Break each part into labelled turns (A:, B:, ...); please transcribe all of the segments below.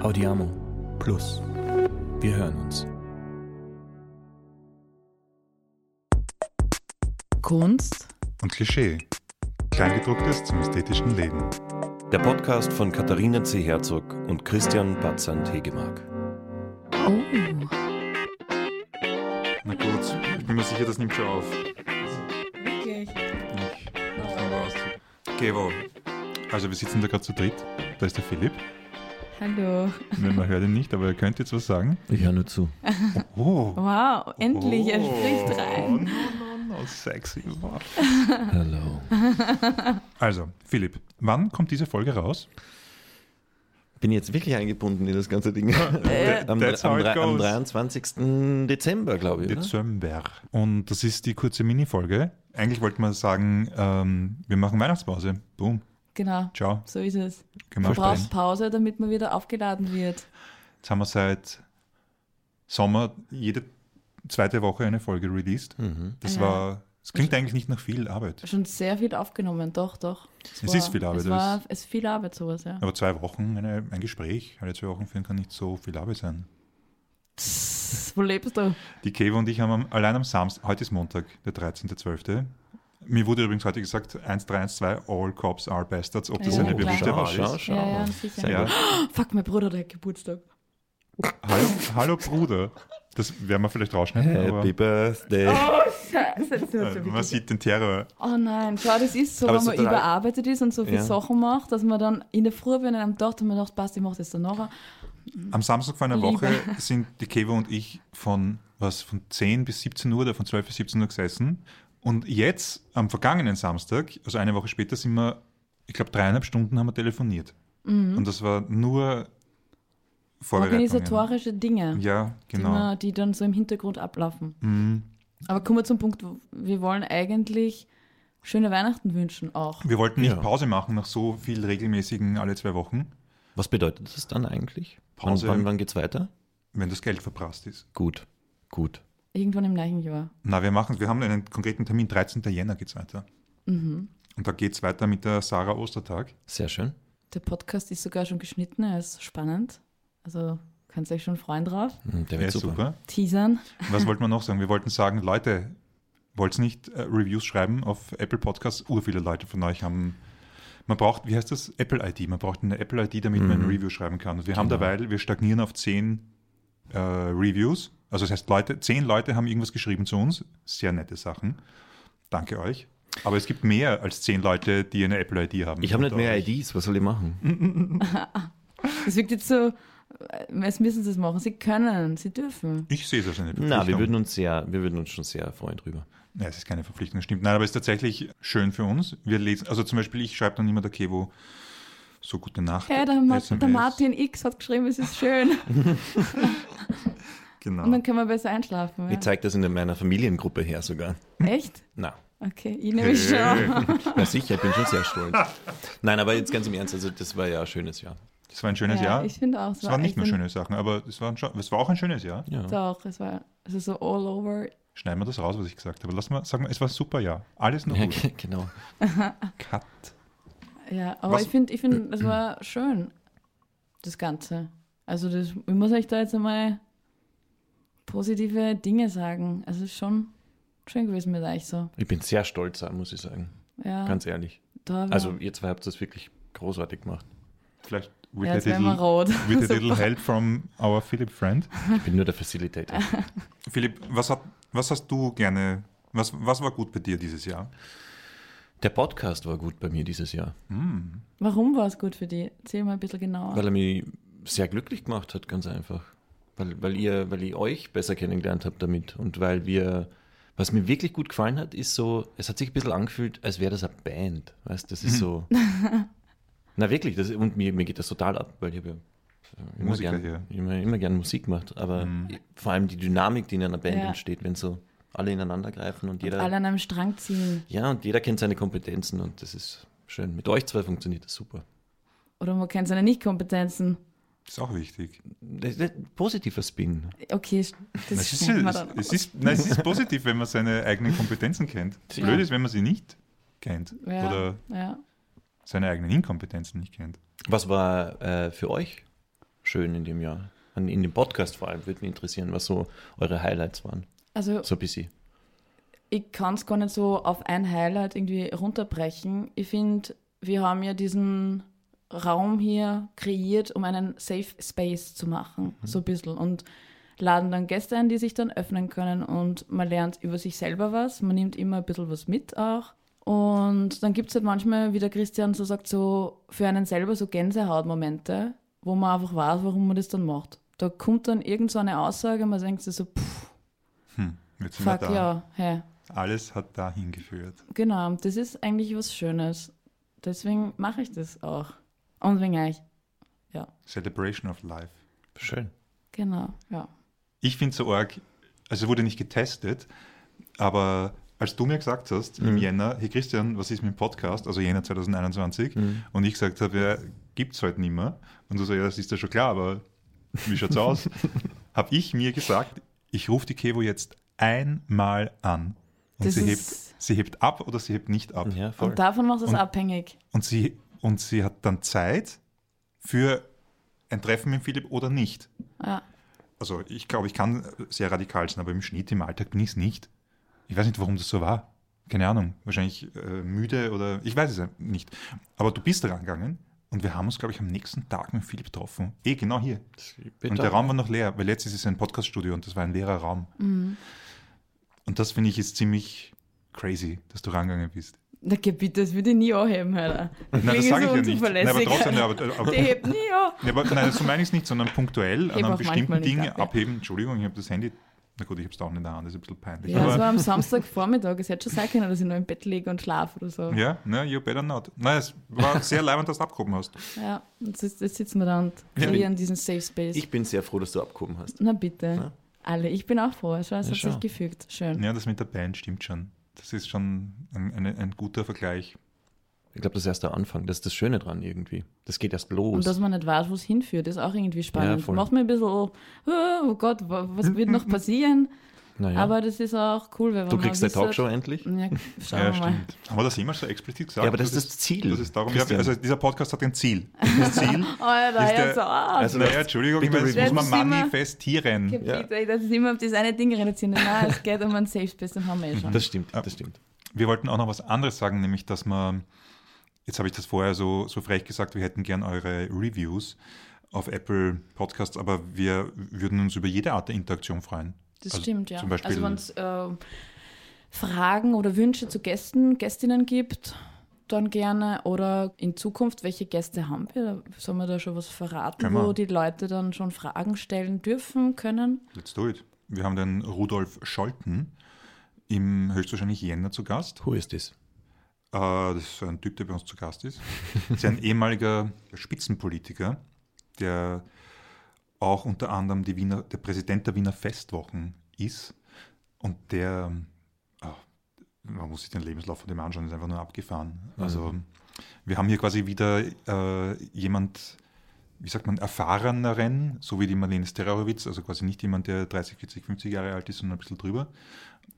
A: Audiamo Plus. Wir hören uns.
B: Kunst
C: und Klischee. Kleingedrucktes zum ästhetischen Leben.
D: Der Podcast von Katharina C. Herzog und Christian Batzand-Hegemark.
B: Oh.
C: Na gut, ich bin mir sicher, das nimmt schon auf.
B: Wirklich?
C: Ich aber aus. Gevo. Also wir sitzen da gerade zu dritt. Da ist der Philipp.
B: Hallo.
C: Man man hört ihn nicht, aber er könnte jetzt was sagen.
E: Ich höre nur zu.
C: Oh.
B: Wow, endlich, er spricht
C: Oh,
B: rein.
C: no, no, no, sexy. Wow.
E: Hello.
C: Also, Philipp, wann kommt diese Folge raus?
E: Bin jetzt wirklich eingebunden in das ganze Ding. am,
C: Äh, That's how
E: am,
C: it
E: drei- am
C: goes.
E: 23. Dezember, glaube ich. Oder?
C: Dezember. Und das ist die kurze Mini-Folge. Eigentlich wollte man sagen, ähm, wir machen Weihnachtspause. Boom.
B: Genau,
C: Ciao.
B: so ist es.
C: Können
B: Du
C: wir sprechen.
B: brauchst Pause, damit man wieder aufgeladen wird.
C: Jetzt haben wir seit Sommer jede zweite Woche eine Folge released.
E: Mhm.
C: Das
B: Ja.
C: war, es klingt eigentlich nicht nach viel Arbeit.
B: Schon sehr viel aufgenommen, doch, doch.
C: Es ist viel Arbeit,
B: Es, war, es ist viel Arbeit, sowas, ja.
C: Aber zwei Wochen, eine, ein Gespräch, alle zwei Wochen führen kann nicht so viel Arbeit sein.
B: Psst, wo lebst du?
C: Die Kevo und ich haben am, allein am Samstag, heute ist Montag, der 13.12. Mir wurde übrigens heute gesagt, 1312, all cops are bastards, ob das
B: Ja,
C: eine
B: klar.
C: bewusste
B: Schau,
C: Wahl
E: Oh, schau,
C: ist.
E: schau.
B: Ja, ja, sicher.
E: Sehr
C: Ja.
E: gut.
B: Fuck, mein Bruder, der hat Geburtstag.
C: Hallo, hallo Bruder. Das werden wir vielleicht rausschneiden,
E: Happy Birthday.
C: Oh. aber äh, man sieht den Terror.
B: Oh nein, schau, das ist so,
E: Aber
B: wenn
E: so
B: man
E: total-
B: überarbeitet ist und so viele
E: Ja.
B: Sachen macht, dass man dann in der Früh, wenn einem dachte, man dachte, passt, ich mache das dann nachher.
C: Am Samstag vor einer
B: Liebe.
C: Woche sind die Kevo und ich von, was, von 10 bis 17 Uhr oder von 12 bis 17 Uhr gesessen. Und jetzt, am vergangenen Samstag, also eine Woche später, sind wir, ich glaube, dreieinhalb Stunden haben wir telefoniert. Und das war nur Vorbereitungen.
B: Organisatorische Dinge,
C: Ja,
B: die,
C: genau.
B: man, die dann so im Hintergrund ablaufen.
C: Mhm.
B: Aber kommen wir zum Punkt, wo- wir wollen eigentlich schöne Weihnachten wünschen auch.
C: Wir wollten nicht
E: Ja.
C: Pause machen nach so viel regelmäßigen alle zwei Wochen,
E: Was bedeutet das dann eigentlich? Wann,
C: Pause.
E: wann, wann geht's weiter?
C: wenn das Geld verprasst ist.
E: Gut. Gut.
B: Irgendwann im gleichen Jahr.
C: Na, wir machen wir haben einen konkreten Termin, 13. Jänner geht's weiter. Und da geht's weiter mit der Sarah Ostertag.
E: Sehr schön.
B: Der Podcast ist sogar schon geschnitten, er ist spannend. Also kannst euch schon freuen drauf.
E: Mhm, Der
C: Ja,
E: wird
C: super.
E: super.
B: Teasern.
C: Was wollten wir noch sagen? Wir wollten sagen, Leute, wollt nicht äh, Reviews schreiben auf Apple Podcasts? Ur viele Leute von euch haben. Man braucht, wie heißt das? Apple ID. Man braucht eine Apple ID, damit
E: Mhm.
C: man ein Review schreiben kann. Und wir
E: Genau.
C: haben dabei, wir stagnieren auf zehn äh, Reviews. Also das heißt, Leute, zehn Leute haben irgendwas geschrieben zu uns. Sehr nette Sachen. Danke euch. Aber es gibt mehr als zehn Leute, die eine Apple ID haben.
E: Ich habe nicht
C: Und
E: mehr
C: euch-
E: IDs, was soll ich machen?
C: Hm,
B: Das wirkt jetzt so, äh, es müssen sie es machen. Sie können, sie dürfen.
C: Ich sehe es als eine Verpflichtung.
E: Na, wir würden uns sehr, wir würden uns schon sehr freuen drüber.
C: Ja, es ist keine Verpflichtung, das stimmt. Nein, aber es ist tatsächlich schön für uns. Wir lesen, also zum Beispiel, ich schreibe dann immer der Kevo so gute Nacht.
B: Hey, der, Ma
C: SMS.
B: der Martin X hat geschrieben, es ist schön.
C: Genau.
B: Und dann können wir besser einschlafen.
E: Ich
B: Ja.
E: zeige das in meiner Familiengruppe her sogar.
B: Echt?
E: Na,
B: Okay, ich nehme es schon.
E: na sicher, ich bin schon sehr stolz. Nein, aber jetzt ganz im Ernst, also das war ja ein schönes Jahr.
C: Das war ein schönes
B: Ja,
C: Jahr.
B: ich finde auch, es
C: Es waren nicht
B: echt
C: nur
B: ein-
C: schöne Sachen, aber es war, ein, scho- es war auch ein schönes Jahr.
E: Ja.
B: Doch, es war es ist so all over.
C: Schneiden wir das raus, was ich gesagt habe. Lass mal, sag mal, es war ein super Jahr. Alles nur
E: Ja,
C: gut.
E: genau.
C: Cut.
B: Ja, aber
C: Was-
B: ich finde, ich find, es war schön, das Ganze. Also das, ich muss euch da jetzt einmal positive Dinge sagen. Also es ist schon schön gewesen mit euch so.
E: Ich bin sehr stolz, muss ich sagen.
B: Ja,
E: Ganz ehrlich.
B: da war,
E: Also ihr zwei habt das wirklich großartig gemacht.
C: Vielleicht with,
B: ja,
C: a
B: jetzt werden wir
C: little,
B: rot.
C: with a little
B: Super.
C: help from our Philipp friend.
E: Ich bin nur der Facilitator.
C: Philipp, was, hat, was hast du gerne, was, was war gut bei dir dieses Jahr?
E: Der Podcast war gut bei mir dieses Jahr,
B: Warum war es gut für die? Erzähl mal ein bisschen genauer.
E: weil er mich sehr glücklich gemacht hat, ganz einfach. Weil, weil, ihr, weil ich euch besser kennengelernt habt damit und weil wir, was mir wirklich gut gefallen hat, ist so, es hat sich ein bisschen angefühlt, als wäre das eine Band. Weißt das
B: Mhm.
E: ist so. Na wirklich, das, und mir, mir geht das total ab, weil ich habe ja äh, immer
C: Musiker
E: gern, immer, immer gern Musik gemacht. Aber
C: Mhm.
E: vor allem die Dynamik, die in einer Band
B: Ja.
E: entsteht, wenn so alle ineinander greifen und jeder.
B: Alle an einem Strang ziehen.
E: Ja, und jeder kennt seine Kompetenzen und das ist schön. Mit euch zwei funktioniert das super.
B: Oder man kennt seine Nicht-Kompetenzen.
C: Ist auch wichtig.
E: Das ist ein Positiver Spin.
B: Okay, das,
C: Es ist,
B: schneiden wir dann
C: es,
B: aus.
C: ist, nein, es ist positiv, wenn man seine eigenen Kompetenzen kennt.
E: Ja.
C: Blöd ist, wenn man sie nicht kennt
B: ja,
C: oder
B: ja.
C: seine eigenen Inkompetenzen nicht kennt.
E: Was war äh, für euch schön in dem Jahr? An, in dem Podcast vor allem würde mich interessieren, was so eure Highlights waren.
B: Also
E: So ein bisschen.
B: ich kann es gar nicht so auf ein Highlight irgendwie runterbrechen. Ich finde, wir haben ja diesen Raum hier kreiert, um einen Safe Space zu machen, so ein bisschen. Und laden dann Gäste ein, die sich dann öffnen können und man lernt über sich selber was, man nimmt immer ein bisschen was mit auch. Und dann gibt es halt manchmal, wie der Christian so sagt, so für einen selber so Gänsehautmomente, wo man einfach weiß, warum man das dann macht. Da kommt dann irgend so eine Aussage, man denkt sich so, pff,
C: Hm, jetzt sind
B: fuck
C: wir da.
B: ja, hey,
C: Alles hat dahin geführt.
B: Genau, und das ist eigentlich was Schönes. Deswegen mache ich das auch. Und wegen euch.
C: Celebration of Life.
E: Schön.
B: Genau, ja.
C: Ich finde so arg, also wurde nicht getestet, aber als du mir gesagt hast
B: Mhm.
C: im Jänner, hey Christian, was ist mit dem Podcast, also Jänner 2021,
B: Mhm.
C: und ich gesagt habe, ja, gibt's heute nicht mehr. Und du sagst, ja, das ist ja schon klar, aber wie schaut's aus? habe ich mir gesagt, ich rufe die Kevo jetzt einmal an. Und
B: Das
C: sie
B: ist-
C: hebt, sie hebt ab oder sie hebt nicht ab.
E: Ja, voll.
B: Und davon machst du es
C: Und-
B: abhängig.
C: Und sie, und sie hat dann Zeit für ein Treffen mit Philipp oder nicht.
B: Ja.
C: Also ich glaube, ich kann sehr radikal sein, aber im Schnitt, im Alltag bin ich es nicht. Ich weiß nicht, warum das so war. Keine Ahnung. Wahrscheinlich äh, müde oder ich weiß es nicht. Aber du bist rangegangen und wir haben uns, glaube ich, am nächsten Tag mit Philipp getroffen. Eh, genau hier. Und der Raum war noch leer, weil jetzt ist es ein Podcaststudio und das war ein leerer Raum. Und das finde ich ist ziemlich crazy, dass du rangegangen bist.
B: Na, geh bitte, das würde ich nie anheben, Alter.
C: Nein, das
B: Deswegen
C: sage ich ja
B: ist
C: nicht.
B: er
C: Nein, aber
B: unzuverlässig.
C: trotzdem, ja, aber, aber,
B: Die hebt nie an.
C: ja, aber nein, so meine ich es nicht, sondern punktuell an
B: Heb
C: einem
B: auch manchmal
C: bestimmten
B: nicht
C: Ding
B: ab, ja.
C: abheben. Entschuldigung, ich habe das Handy. Na gut, ich habe es da auch nicht in der Hand, das ist ein bisschen peinlich.
B: Ja,
C: aber,
B: das war am Samstagvormittag. Es hätte schon sein können, dass ich noch im Bett liege und schlafe oder so.
C: Ja, ne, you better not. Nein, es war sehr leibend, dass du abgehoben hast.
B: Ja, und jetzt, jetzt sitzen wir da und
E: Ja.
B: kreieren diesen Safe Space.
E: Ich bin sehr froh, dass du abgehoben hast.
B: Na bitte.
E: Ja.
B: Alle, ich bin auch froh. Schau, es
E: Ja,
B: hat
E: schau.
B: sich gefügt. Schön.
C: Ja, das mit der Band stimmt schon. Das ist schon ein, ein, ein guter Vergleich.
E: Ich glaube, das ist erst der Anfang. Das ist das Schöne dran irgendwie. Das geht erst los.
B: Und dass man nicht weiß, wo es hinführt, ist auch irgendwie
E: Ja,
B: spannend.
E: voll.
B: Macht mir ein bisschen, oh, oh Gott, wa- was wird noch passieren?
E: naja.
B: Aber das ist auch cool, wenn
E: du
B: man
E: kriegst eine
B: wissert-
E: Talkshow endlich.
B: Ja, schauen
C: ja,
B: wir mal.
C: stimmt. Haben wir das jemals so explizit gesagt?
E: Ja, aber das ist das Ziel,
C: Das ist darum, ja,
E: Christian.
C: also dieser Podcast hat ein Ziel. Das Ziel
B: Alter,
C: Ist der-
B: jetzt so, ah,
E: Also,
C: also, naja, Entschuldigung, ich
E: bitte
C: meine, das
B: review.
C: muss man
B: Jetzt sind wir-
C: manifestieren.
B: ich hab gedacht, das ist immer auf das eine Ding reduzieren. Nein, es geht um ein Safe Space, den haben wir eh schon.
E: Das stimmt, das stimmt.
C: Wir wollten auch noch was anderes sagen, nämlich, dass man, jetzt habe ich das vorher so, so frech gesagt, wir hätten gern eure Reviews auf Apple Podcasts, aber wir würden uns über jede Art der Interaktion freuen.
B: Das
C: Also
B: stimmt, ja.
C: zum Beispiel-
B: also wenn es äh, Fragen oder Wünsche zu Gästen, Gästinnen gibt, dann gerne. Oder in Zukunft, welche Gäste haben wir? Sollen wir da schon was verraten,
C: Können wir.
B: wo die Leute dann schon Fragen stellen dürfen, können?
C: Let's do it. Wir haben den Rudolf Scholten im höchstwahrscheinlich Jänner zu Gast.
E: Who ist das?
C: Äh, das ist ein Typ, der bei uns zu Gast ist. Das ist ein ehemaliger Spitzenpolitiker, der auch unter anderem die Wiener, der Präsident der Wiener Festwochen ist. Und der, ah, man muss sich den Lebenslauf von dem anschauen, ist einfach nur abgefahren. Also wir haben hier quasi wieder äh, jemand, wie sagt man, erfahreneren, so wie die Marlene Sterowitz, also quasi nicht jemand, der 30, 40, 50 Jahre alt ist, sondern ein bisschen drüber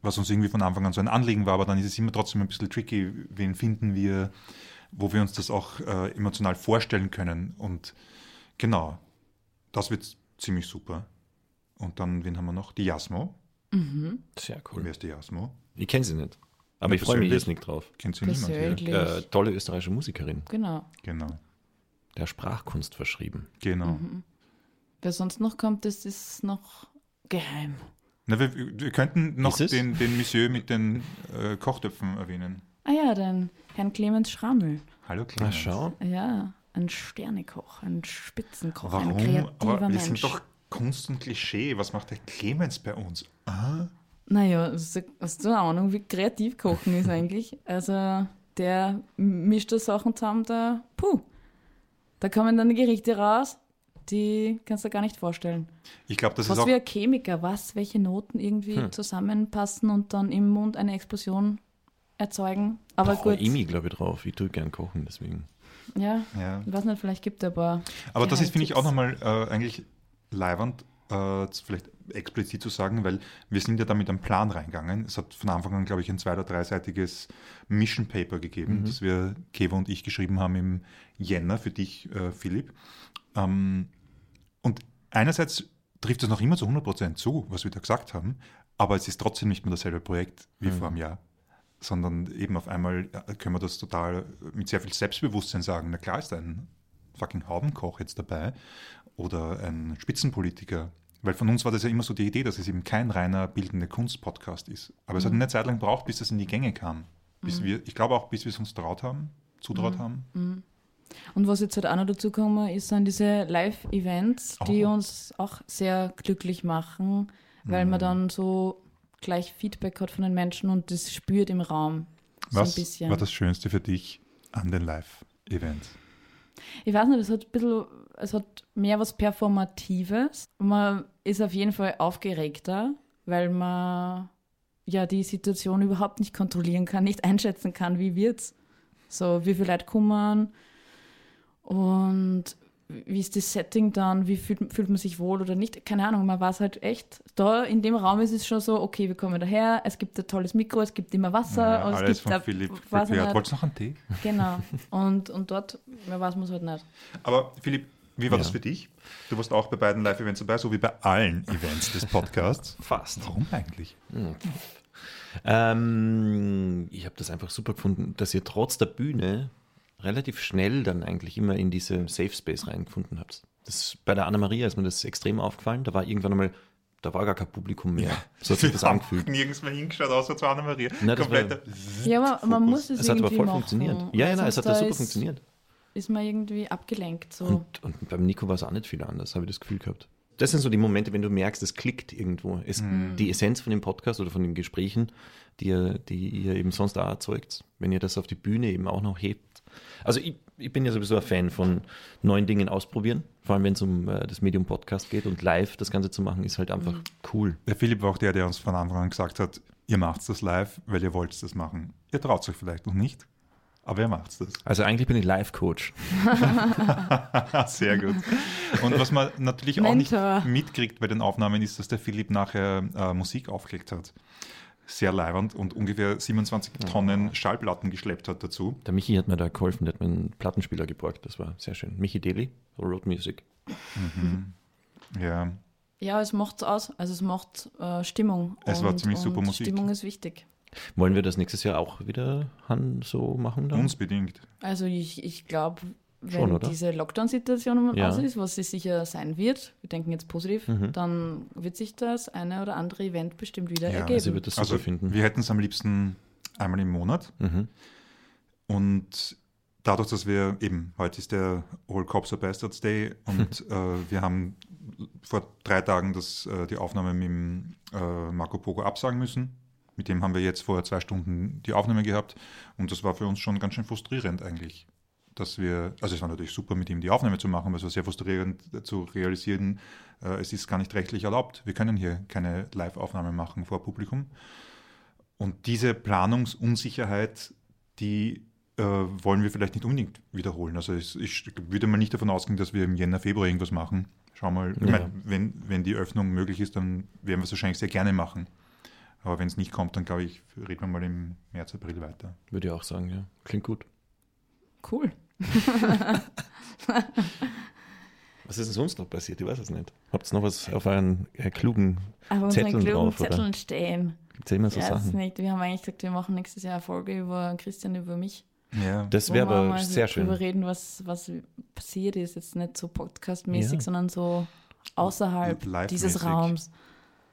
C: was uns irgendwie von Anfang an so ein Anliegen war, aber dann ist es immer trotzdem ein bisschen tricky, wen finden wir, wo wir uns das auch äh, emotional vorstellen können. Und genau, das wird ziemlich super. Und dann, wen haben wir noch? Die Jasmo.
E: Sehr
C: Wer ist die Jasmo?
E: Ich kenne sie nicht. Aber
C: Ja,
E: ich freue mich
C: persönlich.
E: jetzt nicht drauf.
C: Kennt sie niemand hier?
B: Persönlich.
E: Äh, tolle österreichische Musikerin.
B: Genau.
C: Genau,
E: Der Sprachkunst verschrieben.
C: genau.
B: Mhm. Wer sonst noch kommt, das ist noch geheim.
C: Na, wir, wir könnten noch
E: Ist es?
C: den, den Monsieur mit den äh, Kochtöpfen erwähnen.
B: Ah ja, den Herrn Clemens Schrammel.
C: Hallo, Clemens.
E: Na schau.
B: Ja, ein Sternekoch, ein Spitzenkoch, ein
C: Warum?
B: kreativer
C: Aber wir
B: Mensch.
C: sind doch Kunst und Klischee. Was macht der Clemens bei uns?
B: Naja, hast du- hast du eine Ahnung, wie kreativ Kochen ist eigentlich? Also, der mischt da Sachen zusammen, da, puh, da kommen dann die Gerichte raus, die kannst du dir gar nicht vorstellen.
C: Ich glaube, das ist
B: Was
C: auch Hm.
B: wie ein Chemiker, was, welche Noten irgendwie zusammenpassen und dann im Mund eine Explosion erzeugen. Aber
E: Da freue
B: gut,
E: ich mich, glaube ich, drauf. Ich tue gern kochen, deswegen.
B: ja,
C: Ja.
B: ich weiß nicht, vielleicht gibt er ein paar.
C: Aber das ist, finde ich, auch
B: Geheimtipps.
C: nochmal äh, eigentlich leiwand, äh, z- vielleicht explizit zu sagen, weil wir sind ja da mit einem Plan reingegangen. Es hat von Anfang an, glaube ich, ein zwei- oder dreiseitiges Mission Paper gegeben, das wir, Kevo und ich, geschrieben haben im Jänner für dich, äh, Philipp. Ähm, Und einerseits trifft es noch immer zu 100% zu, was wir da gesagt haben, aber es ist trotzdem nicht mehr dasselbe Projekt wie vor einem Jahr, sondern eben auf einmal äh, können wir das total mit sehr viel Selbstbewusstsein sagen. Na klar ist ein fucking Haubenkoch jetzt dabei oder ein Spitzenpolitiker. Weil von uns war das ja immer so die Idee, dass es eben kein reiner bildende Kunst-Podcast ist. Aber es hat eine Zeit lang gebraucht, bis das in die Gänge kam.
B: Mhm.
C: Bis wir, ich glaube auch, bis wir es uns traut haben, zutraut haben.
B: Und was jetzt halt auch noch dazu gekommen ist, sind diese Live-Events, die
C: Oh.
B: uns auch sehr glücklich machen, weil
C: Mhm.
B: man dann so gleich Feedback hat von den Menschen und das spürt im Raum. So
C: Was
B: ein bisschen.
C: war das Schönste für dich an den Live-Events?
B: Ich weiß nicht, es hat ein bisschen, es hat mehr was Performatives. Man ist auf jeden Fall aufgeregter, weil man ja die Situation überhaupt nicht kontrollieren kann, nicht einschätzen kann, wie wird's. So, wie viele Leute kommen und wie ist das Setting dann, wie fühlt, fühlt man sich wohl oder nicht, keine Ahnung, man weiß halt echt, da in dem Raum ist es schon so, okay, wir kommen daher, es gibt ein tolles Mikro, es gibt immer Wasser,
C: Ja,
B: und es
C: alles
B: gibt
C: von
B: ein-
C: Philipp
B: weiß also ich
C: erklärt.
B: nicht.
C: Wolltest du noch einen Tee?
B: Genau. Und, und dort, man weiß man es halt nicht.
C: Aber Philipp, wie war
E: Ja.
C: das für dich? Du warst auch bei beiden Live-Events dabei, so wie bei allen Events des Podcasts.
E: Fast.
C: Warum eigentlich?
E: Ähm, ich habe das einfach super gefunden, dass ihr trotz der Bühne relativ schnell dann eigentlich immer in diese Safe Space reingefunden habt. Das, bei der Anna-Maria ist mir das extrem aufgefallen. Da war irgendwann einmal, da war gar kein Publikum mehr. So hat sich das angefühlt.
C: nirgends mehr hingeschaut, außer zu Anna-Maria.
E: Na, das
C: Kompletter.
B: Ja, aber man muss es,
E: Es hat
B: irgendwie
E: aber voll
B: machen.
E: funktioniert. Ja, ja, nein, es hat
B: Sonst
E: das super
B: ist-
E: funktioniert.
B: Ist man irgendwie abgelenkt. So.
E: Und, und beim Nico war es auch nicht viel anders, habe ich das Gefühl gehabt. Das sind so die Momente, wenn du merkst, es klickt irgendwo. Es, Die Essenz von dem Podcast oder von den Gesprächen, die ihr, die ihr eben sonst auch erzeugt, wenn ihr das auf die Bühne eben auch noch hebt. Also ich, ich bin ja sowieso ein Fan von neuen Dingen ausprobieren, vor allem wenn es um äh, das Medium Podcast geht und live das Ganze zu machen, ist halt einfach cool.
C: Der Philipp war auch der, der uns von Anfang an gesagt hat, ihr macht das live, weil ihr wollt das machen. Ihr traut euch vielleicht noch nicht, aber ihr macht das.
E: Also eigentlich bin ich Live-Coach.
C: Ah, Sehr gut. Und was man natürlich auch nicht
B: Mentor.
C: mitkriegt bei den Aufnahmen, ist, dass der Philipp nachher äh, Musik aufgelegt hat. Sehr leibend und ungefähr 27 Tonnen Schallplatten geschleppt hat dazu.
E: Der Michi hat mir da geholfen, der hat mir einen Plattenspieler geborgt, das war sehr schön. Michi Deli, Road Music.
C: Ja,
B: Ja, es macht's aus. Also es macht äh, Stimmung.
C: Es war ziemlich super
B: und
C: Musik.
B: Stimmung ist wichtig.
E: Wollen wir das nächstes Jahr auch wieder Han so machen dann?
C: unbedingt.
B: Also ich, ich glaube, wenn
E: Schon, oder?
B: diese Lockdown-Situation um-
E: Ja. Mhm.
B: aus ist, was sie sicher sein wird, wir denken jetzt positiv, dann wird sich das eine oder andere Event bestimmt wieder
C: Ja,
B: ergeben.
E: Also ich würde das super
C: Also
E: finden.
C: wir hätten es am liebsten einmal im Monat.
E: Mhm.
C: Und dadurch, dass wir eben, heute ist der All Cops are Bastards Day und äh, wir haben vor drei Tagen das, äh, die Aufnahme mit dem, äh, Marco Pogo absagen müssen. Mit dem haben wir jetzt vor zwei Stunden die Aufnahme gehabt und das war für uns schon ganz schön frustrierend eigentlich. Dass wir, also es war natürlich super, mit ihm die Aufnahme zu machen, aber es war sehr frustrierend äh, zu realisieren, äh, es ist gar nicht rechtlich erlaubt. Wir können hier keine Live-Aufnahme machen vor Publikum. Und diese Planungsunsicherheit, die äh, wollen wir vielleicht nicht unbedingt wiederholen. Also ich, ich würde mal nicht davon ausgehen, dass wir im Jänner, Februar irgendwas machen. Schau mal, ich
E: Ja.
C: mein, wenn, wenn die Öffnung möglich ist, dann werden wir es wahrscheinlich sehr gerne machen. Aber wenn es nicht kommt, dann glaube ich, reden wir mal im März, April weiter.
E: Würde ich auch sagen, ja. Klingt gut.
B: Cool.
E: Was ist denn sonst noch passiert? Ich weiß es nicht. Habt ihr noch was auf euren äh, klugen?
B: Aber unsere
E: Zetteln
B: klugen
E: drauf, oder?
B: Zetteln stehen.
E: Gibt es ja immer so
B: ja, das ist
E: Sachen.
B: nicht. Wir haben eigentlich gesagt, wir machen nächstes Jahr eine Folge über Christian, über mich.
C: Ja.
E: Das
B: Wo
E: wäre
B: wir
E: aber
B: mal
E: sehr
B: drüber
E: schön.
B: reden, was, was passiert ist. Jetzt nicht so podcastmäßig,
E: Ja.
B: sondern so außerhalb
C: Live-mäßig.
B: dieses Raums.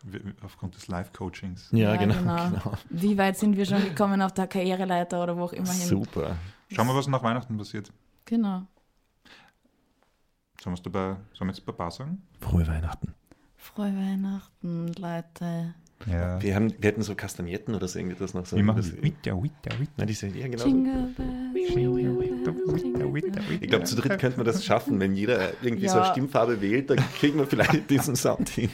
C: W- Aufgrund des Live-Coachings.
E: Ja, genau. genau.
B: Wie weit sind wir schon gekommen auf der Karriereleiter oder wo auch immer hin?
E: Super.
C: Schauen wir, was nach Weihnachten passiert.
B: Genau.
C: Sollen, wir's dabei, sollen wir jetzt Baba sagen?
E: Frohe Weihnachten.
B: Frohe Weihnachten, Leute.
C: Ja.
E: Wir, haben, wir hätten so Kastagnetten oder so irgendwie das noch so.
C: Wir machen
E: das,
C: das. Witter, Witter, Witter.
E: Nein, die sind ja genau. so.
B: Jingle bells, jingle bells, jingle bells.
E: Ich glaube, zu dritt könnte man das schaffen, wenn jeder irgendwie so
B: Ja.
E: eine Stimmfarbe wählt, dann kriegen wir vielleicht diesen Sound hin.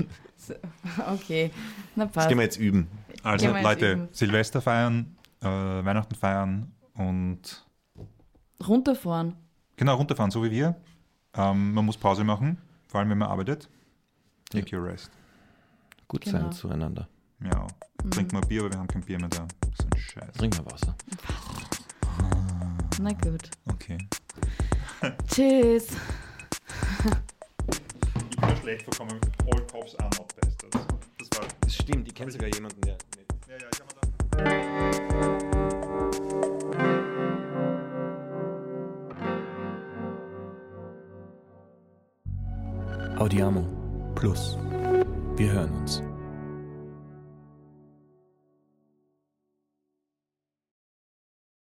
B: Okay, na
E: Das
B: passt.
E: gehen wir jetzt üben.
C: Also
B: Gehen wir jetzt
C: Leute,
B: üben.
C: Silvester feiern, äh, Weihnachten feiern und
B: Runterfahren.
C: genau runterfahren, so wie wir. Ähm, man muss Pause machen, vor allem wenn man arbeitet. Take your rest.
E: Gut
B: Genau.
E: sein zueinander.
C: Ja. Trinken wir Bier, aber wir haben kein Bier mehr da. So ein Scheiß.
E: Trinken wir Wasser.
B: Na gut.
C: Okay.
B: Tschüss.
C: Schön. schlecht vorkommen. All Cops are not bastards. Das war.
E: Das stimmt, ich kenne sogar jemanden, der.
C: Ja, ja, ich hab mir gedacht,
A: Audiamo Plus. Wir hören uns.